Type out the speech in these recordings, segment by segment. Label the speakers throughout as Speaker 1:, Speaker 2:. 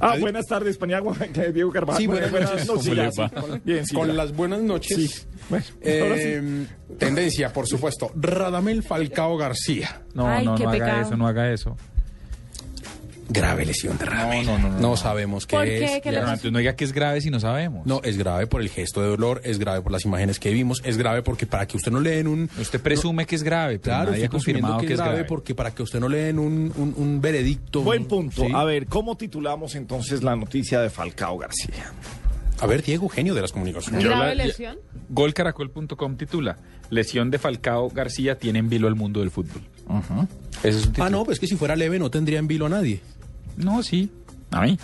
Speaker 1: Ah, buenas tardes, Paniagua, que Diego Carvajal.
Speaker 2: Sí, buenas
Speaker 1: noches.
Speaker 2: noches. ¿Cómo
Speaker 1: ya,
Speaker 2: le
Speaker 1: sí,
Speaker 2: va?
Speaker 1: con- Bien, sí,
Speaker 2: Con
Speaker 1: ya.
Speaker 2: las buenas noches.
Speaker 1: Bueno, ahora sí.
Speaker 2: eh, tendencia, por supuesto. Radamel Falcao García.
Speaker 3: No,
Speaker 4: Ay,
Speaker 3: no,
Speaker 4: qué
Speaker 3: no haga
Speaker 4: pecado.
Speaker 3: eso, no haga eso.
Speaker 2: Grave lesión de Radamel.
Speaker 3: No, no, no, no, no.
Speaker 2: sabemos qué
Speaker 4: ¿Por
Speaker 2: es.
Speaker 4: qué? ¿Qué le
Speaker 3: Pero
Speaker 4: pasó?
Speaker 3: antes no diga que es grave si no sabemos.
Speaker 2: No, es grave por el gesto de dolor, es grave por las imágenes que vimos, es grave porque para que usted no le den un...
Speaker 3: Usted presume que es grave, pero
Speaker 2: Claro,
Speaker 3: Pues, nadie
Speaker 2: estoy
Speaker 3: ha confirmado
Speaker 2: consumiendo
Speaker 3: que es grave.
Speaker 2: porque para que usted no le den un, un- un veredicto...
Speaker 1: Buen
Speaker 2: un-
Speaker 1: punto.
Speaker 2: sí.
Speaker 1: A ver, ¿cómo titulamos entonces la noticia de Falcao García?
Speaker 2: A ver, Diego, genio de las comunicaciones.
Speaker 5: ¿Grave lesión?
Speaker 3: Golcaracol.com titula Lesión de Falcao García tiene en vilo el mundo del fútbol. Ese es un
Speaker 2: Ah,
Speaker 3: título.
Speaker 2: no, pues que si fuera leve no tendría en vilo a nadie.
Speaker 3: No, sí. A mí.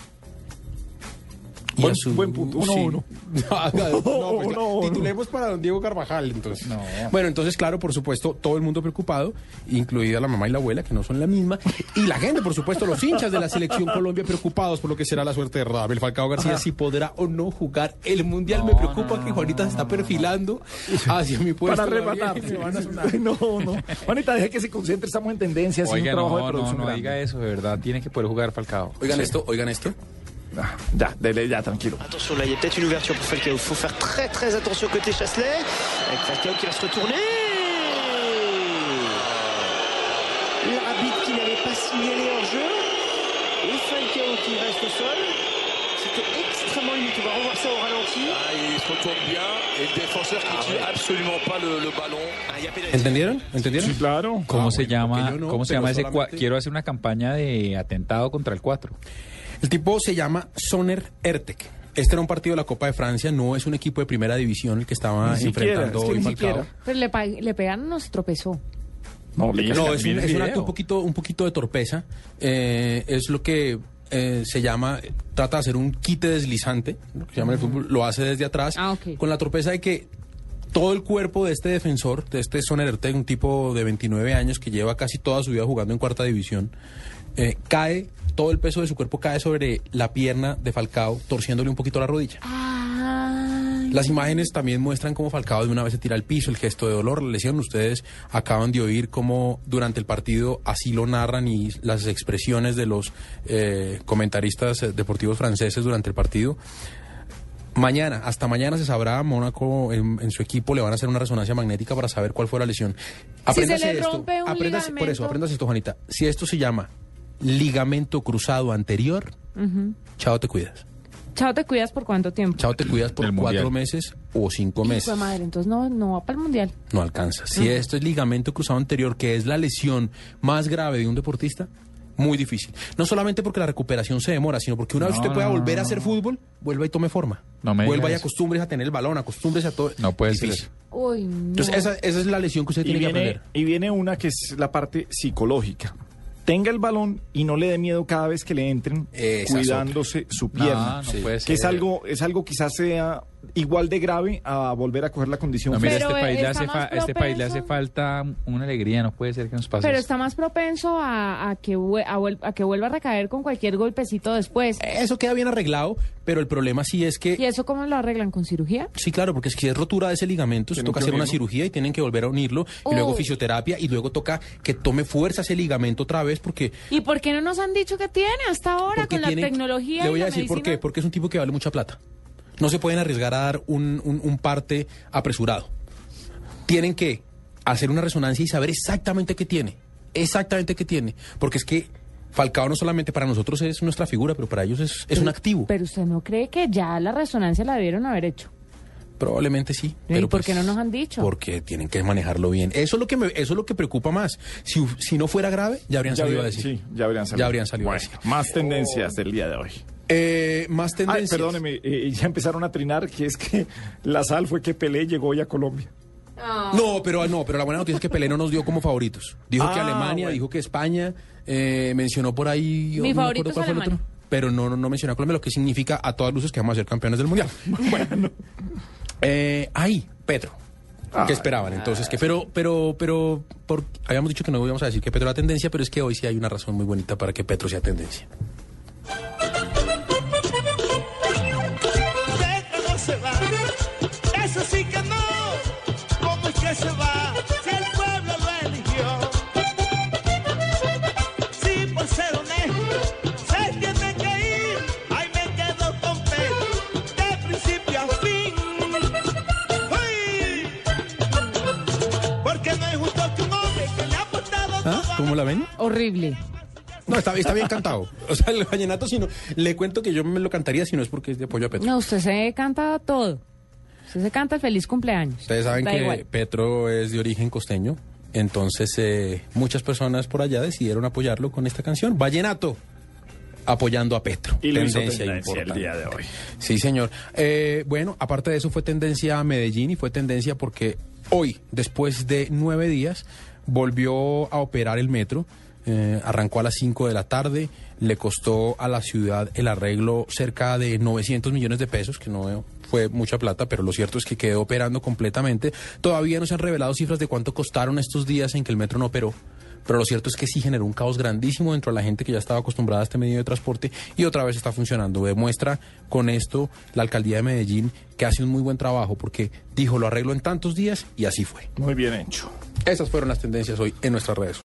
Speaker 2: Y
Speaker 1: Buen-
Speaker 2: a su-
Speaker 1: buen punto, uno a
Speaker 2: sí.
Speaker 1: uno.
Speaker 2: no, pues,
Speaker 1: Uno a uno.
Speaker 2: Titulemos para don Diego Carvajal, entonces.
Speaker 3: No.
Speaker 2: Bueno, entonces, claro, por supuesto, todo el mundo preocupado, incluida la mamá y la abuela, que no son la misma, y la gente, por supuesto, los hinchas de la Selección Colombia preocupados por lo que será la suerte de Rabel Falcao García, si podrá o no jugar el Mundial. Me preocupa que Juanita se está perfilando hacia mi puesto.
Speaker 1: Para
Speaker 2: Gabriel.
Speaker 1: rematar. No, no. Juanita, deje que se concentre. Estamos en tendencia. Es un
Speaker 3: Oiga,
Speaker 1: trabajo de
Speaker 3: no, no,
Speaker 1: producción.
Speaker 3: no
Speaker 1: grande.
Speaker 3: diga eso, de verdad. Tiene que poder jugar Falcao.
Speaker 2: Oigan esto, oigan esto.
Speaker 1: Ah, Ya, dele, ya, tranquilo.
Speaker 6: Attention là, il y a peut-être une ouverture pour Falcao. Il faut faire très très attention côté Chasselet. Avec Falcao qui va se retourner. L'arbitre qui n'avait pas signalé hors-jeu. Et Falcao qui reste au sol. C'était extrêmement limite. On va revoir ça au ralenti. il se retourne bien. Et le défenseur qui tue absolument pas le, ballon.
Speaker 2: ¿Entendieron? ¿Entendieron?
Speaker 1: Sí, claro.
Speaker 3: ¿Cómo
Speaker 2: Ah,
Speaker 3: se
Speaker 2: bueno,
Speaker 3: llama?
Speaker 2: porque yo no,
Speaker 3: ¿Cómo se
Speaker 2: pero
Speaker 3: llama ese
Speaker 2: solamente-
Speaker 3: cua- Quiero hacer una campaña de atentado contra el 4.
Speaker 2: El tipo se llama Soner Ertek. Este era un partido de la Copa de Francia, no es un equipo de primera división el que estaba
Speaker 1: Ni siquiera,
Speaker 2: enfrentando
Speaker 1: es que
Speaker 2: hoy
Speaker 1: ni
Speaker 2: Falcao.
Speaker 1: siquiera.
Speaker 5: Pero le, pa- le pegaron, nos tropezó.
Speaker 1: No, le
Speaker 2: No, es un,
Speaker 3: Mire el
Speaker 2: es un
Speaker 3: video.
Speaker 2: acto un poquito, un poquito de torpeza. Eh, es lo que eh, se llama, trata de hacer un quite deslizante, lo que se llama en el fútbol, lo hace desde atrás,
Speaker 5: Ah, ok.
Speaker 2: con la torpeza de que todo el cuerpo de este defensor, de este Soner Erteg, un tipo de 29 años que lleva casi toda su vida jugando en cuarta división, eh, cae, todo el peso de su cuerpo cae sobre la pierna de Falcao, torciéndole un poquito la rodilla. Las imágenes también muestran cómo Falcao de una vez se tira al piso, el gesto de dolor, la lesión. Ustedes acaban de oír cómo durante el partido así lo narran y las expresiones de los eh, comentaristas eh, deportivos franceses durante el partido. Mañana, hasta mañana se sabrá, Mónaco en, en su equipo le van a hacer una resonancia magnética para saber cuál fue la lesión. Apréndase
Speaker 5: le rompe un
Speaker 2: apréndase- por eso,
Speaker 5: ligamento.
Speaker 2: apréndase esto, Juanita. Si esto se llama ligamento cruzado anterior, chao te cuidas.
Speaker 5: Chao, te cuidas por cuánto tiempo.
Speaker 2: Chao te cuidas por
Speaker 3: Del
Speaker 2: cuatro
Speaker 3: Mundial.
Speaker 2: meses o cinco
Speaker 5: Hijo de
Speaker 2: meses.
Speaker 5: madre, Mm. entonces no, no va para el mundial.
Speaker 2: No alcanza. Si esto es ligamento cruzado anterior, que es la lesión más grave de un deportista, muy difícil. No solamente porque la recuperación se demora, sino porque una vez
Speaker 3: No,
Speaker 2: usted pueda
Speaker 3: no, no,
Speaker 2: volver a
Speaker 3: no,
Speaker 2: hacer
Speaker 3: no.
Speaker 2: fútbol, vuelva y tome forma.
Speaker 3: No me
Speaker 2: vuelva y
Speaker 3: diga eso.
Speaker 2: acostúmbrese a tener el balón, acostúmbrese a todo.
Speaker 3: No puede ser
Speaker 2: Difícil.
Speaker 3: eso.
Speaker 5: Uy, no.
Speaker 2: Entonces, esa, esa es la lesión que usted
Speaker 1: Y
Speaker 2: tiene que
Speaker 1: viene,
Speaker 2: aprender.
Speaker 1: y viene una que es la parte psicológica. Tenga el balón y no le dé miedo cada vez que le entren,
Speaker 2: Esa es
Speaker 1: cuidándose su pierna.
Speaker 3: Ah, no puede
Speaker 1: Que es
Speaker 3: ser.
Speaker 1: algo, es algo quizás sea igual de grave a volver a coger la condición.
Speaker 3: No, mira,
Speaker 5: Pero
Speaker 3: este país, le
Speaker 5: está
Speaker 3: hace
Speaker 5: más
Speaker 3: fa- a este país le hace
Speaker 5: propenso.
Speaker 3: falta una alegría, no puede ser que nos pase.
Speaker 5: Pero
Speaker 3: esto.
Speaker 5: está más propenso a, a que, vue- a, vuel- a que vuelva a recaer con cualquier golpecito después.
Speaker 2: Eso queda bien arreglado, pero el problema sí es que
Speaker 5: ¿Y eso cómo lo arreglan? ¿Con cirugía?
Speaker 2: Sí, claro, porque si es rotura de ese ligamento, se
Speaker 1: Tienen
Speaker 2: toca
Speaker 1: que
Speaker 2: hacer una
Speaker 1: unirlo.
Speaker 2: cirugía y tienen que volver a unirlo, y luego
Speaker 5: Uy.
Speaker 2: fisioterapia, y luego toca que tome fuerza ese ligamento otra vez, porque...
Speaker 5: ¿Y por qué no nos han dicho que tiene hasta ahora
Speaker 2: porque
Speaker 5: con la
Speaker 2: tienen-
Speaker 5: tecnología?
Speaker 2: Le
Speaker 5: y
Speaker 2: voy a
Speaker 5: la
Speaker 2: decir por
Speaker 5: medicina?
Speaker 2: qué, porque es un tipo que vale mucha plata. No se pueden arriesgar a dar un, un- un parte apresurado. Tienen que hacer una resonancia y saber exactamente qué tiene, exactamente qué tiene, porque es que Falcao no solamente para nosotros es nuestra figura, pero para ellos es, es un activo.
Speaker 5: Pero usted no cree que ya la resonancia la debieron haber hecho.
Speaker 2: Probablemente sí. pues
Speaker 5: ¿Y por qué no nos han dicho?
Speaker 2: Porque tienen que manejarlo bien. Eso es lo que me, eso es lo que preocupa más. Si, si no fuera grave, ya habrían
Speaker 1: Ya
Speaker 2: salido a
Speaker 1: habrían-
Speaker 2: decir.
Speaker 1: sí, ya habrían salido.
Speaker 2: Ya habrían salido a
Speaker 1: Bueno,
Speaker 2: decir.
Speaker 1: más tendencias del día de hoy.
Speaker 2: Eh, más
Speaker 1: Ay,
Speaker 2: tendencias.
Speaker 1: perdóneme, eh, ya empezaron a trinar que es que la sal fue que Pelé llegó hoy a Colombia.
Speaker 2: No, pero no, pero la buena noticia es que Pelé no nos dio como favoritos. Dijo que
Speaker 1: Ah,
Speaker 2: Alemania,
Speaker 1: bueno.
Speaker 2: dijo que España, eh, mencionó por ahí.
Speaker 5: Mi
Speaker 2: me
Speaker 5: favorito
Speaker 2: acuerdo
Speaker 5: es
Speaker 2: cuál fue el
Speaker 5: Alemania.
Speaker 2: otro. pero no, no, no menciona a Colombia, lo que significa a todas luces que vamos a ser campeones del mundial. Bueno, eh, ahí, Petro. ¿Qué esperaban entonces? Que, pero, pero, pero, por- habíamos dicho que no íbamos a decir que Petro era tendencia, pero es que hoy sí hay una razón muy bonita para que Petro sea tendencia.
Speaker 7: Petro no se va. Eso sí que no. ¿Cómo es que se va? Si el pueblo lo eligió. Si por ser honesto se tiene que ir. Ahí me quedo con Pedro. De principio a fin. ¡Uy! Porque no es justo que un hombre que le ha apostado
Speaker 2: ¿Ah?
Speaker 7: todo a
Speaker 2: ¿Cómo la ven?
Speaker 5: Horrible.
Speaker 2: No, está, está bien cantado. O sea, el vallenato, si no, le cuento que yo me lo cantaría si no es porque es de apoyo a Petro.
Speaker 5: No, usted se canta todo. Usted se canta el feliz cumpleaños.
Speaker 2: Ustedes saben
Speaker 5: Da
Speaker 2: que
Speaker 5: igual.
Speaker 2: Petro es de origen costeño, entonces eh, muchas personas por allá decidieron apoyarlo con esta canción, Vallenato, apoyando a Petro.
Speaker 1: Y le hizo tendencia
Speaker 2: importante.
Speaker 1: el día de hoy.
Speaker 2: Sí, señor. Eh, bueno, aparte de eso fue tendencia a Medellín y fue tendencia porque hoy, después de nueve días, volvió a operar el metro. Eh, arrancó a las 5 de la tarde, le costó a la ciudad el arreglo cerca de 900 millones de pesos, que no fue mucha plata, pero lo cierto es que quedó operando completamente. Todavía no se han revelado cifras de cuánto costaron estos días en que el metro no operó, pero lo cierto es que sí generó un caos grandísimo dentro de la gente que ya estaba acostumbrada a este medio de transporte y otra vez está funcionando. Demuestra con esto la alcaldía de Medellín que hace un muy buen trabajo porque dijo lo arreglo en tantos días y así fue.
Speaker 1: Muy bien hecho.
Speaker 2: Esas fueron las tendencias hoy en nuestras redes.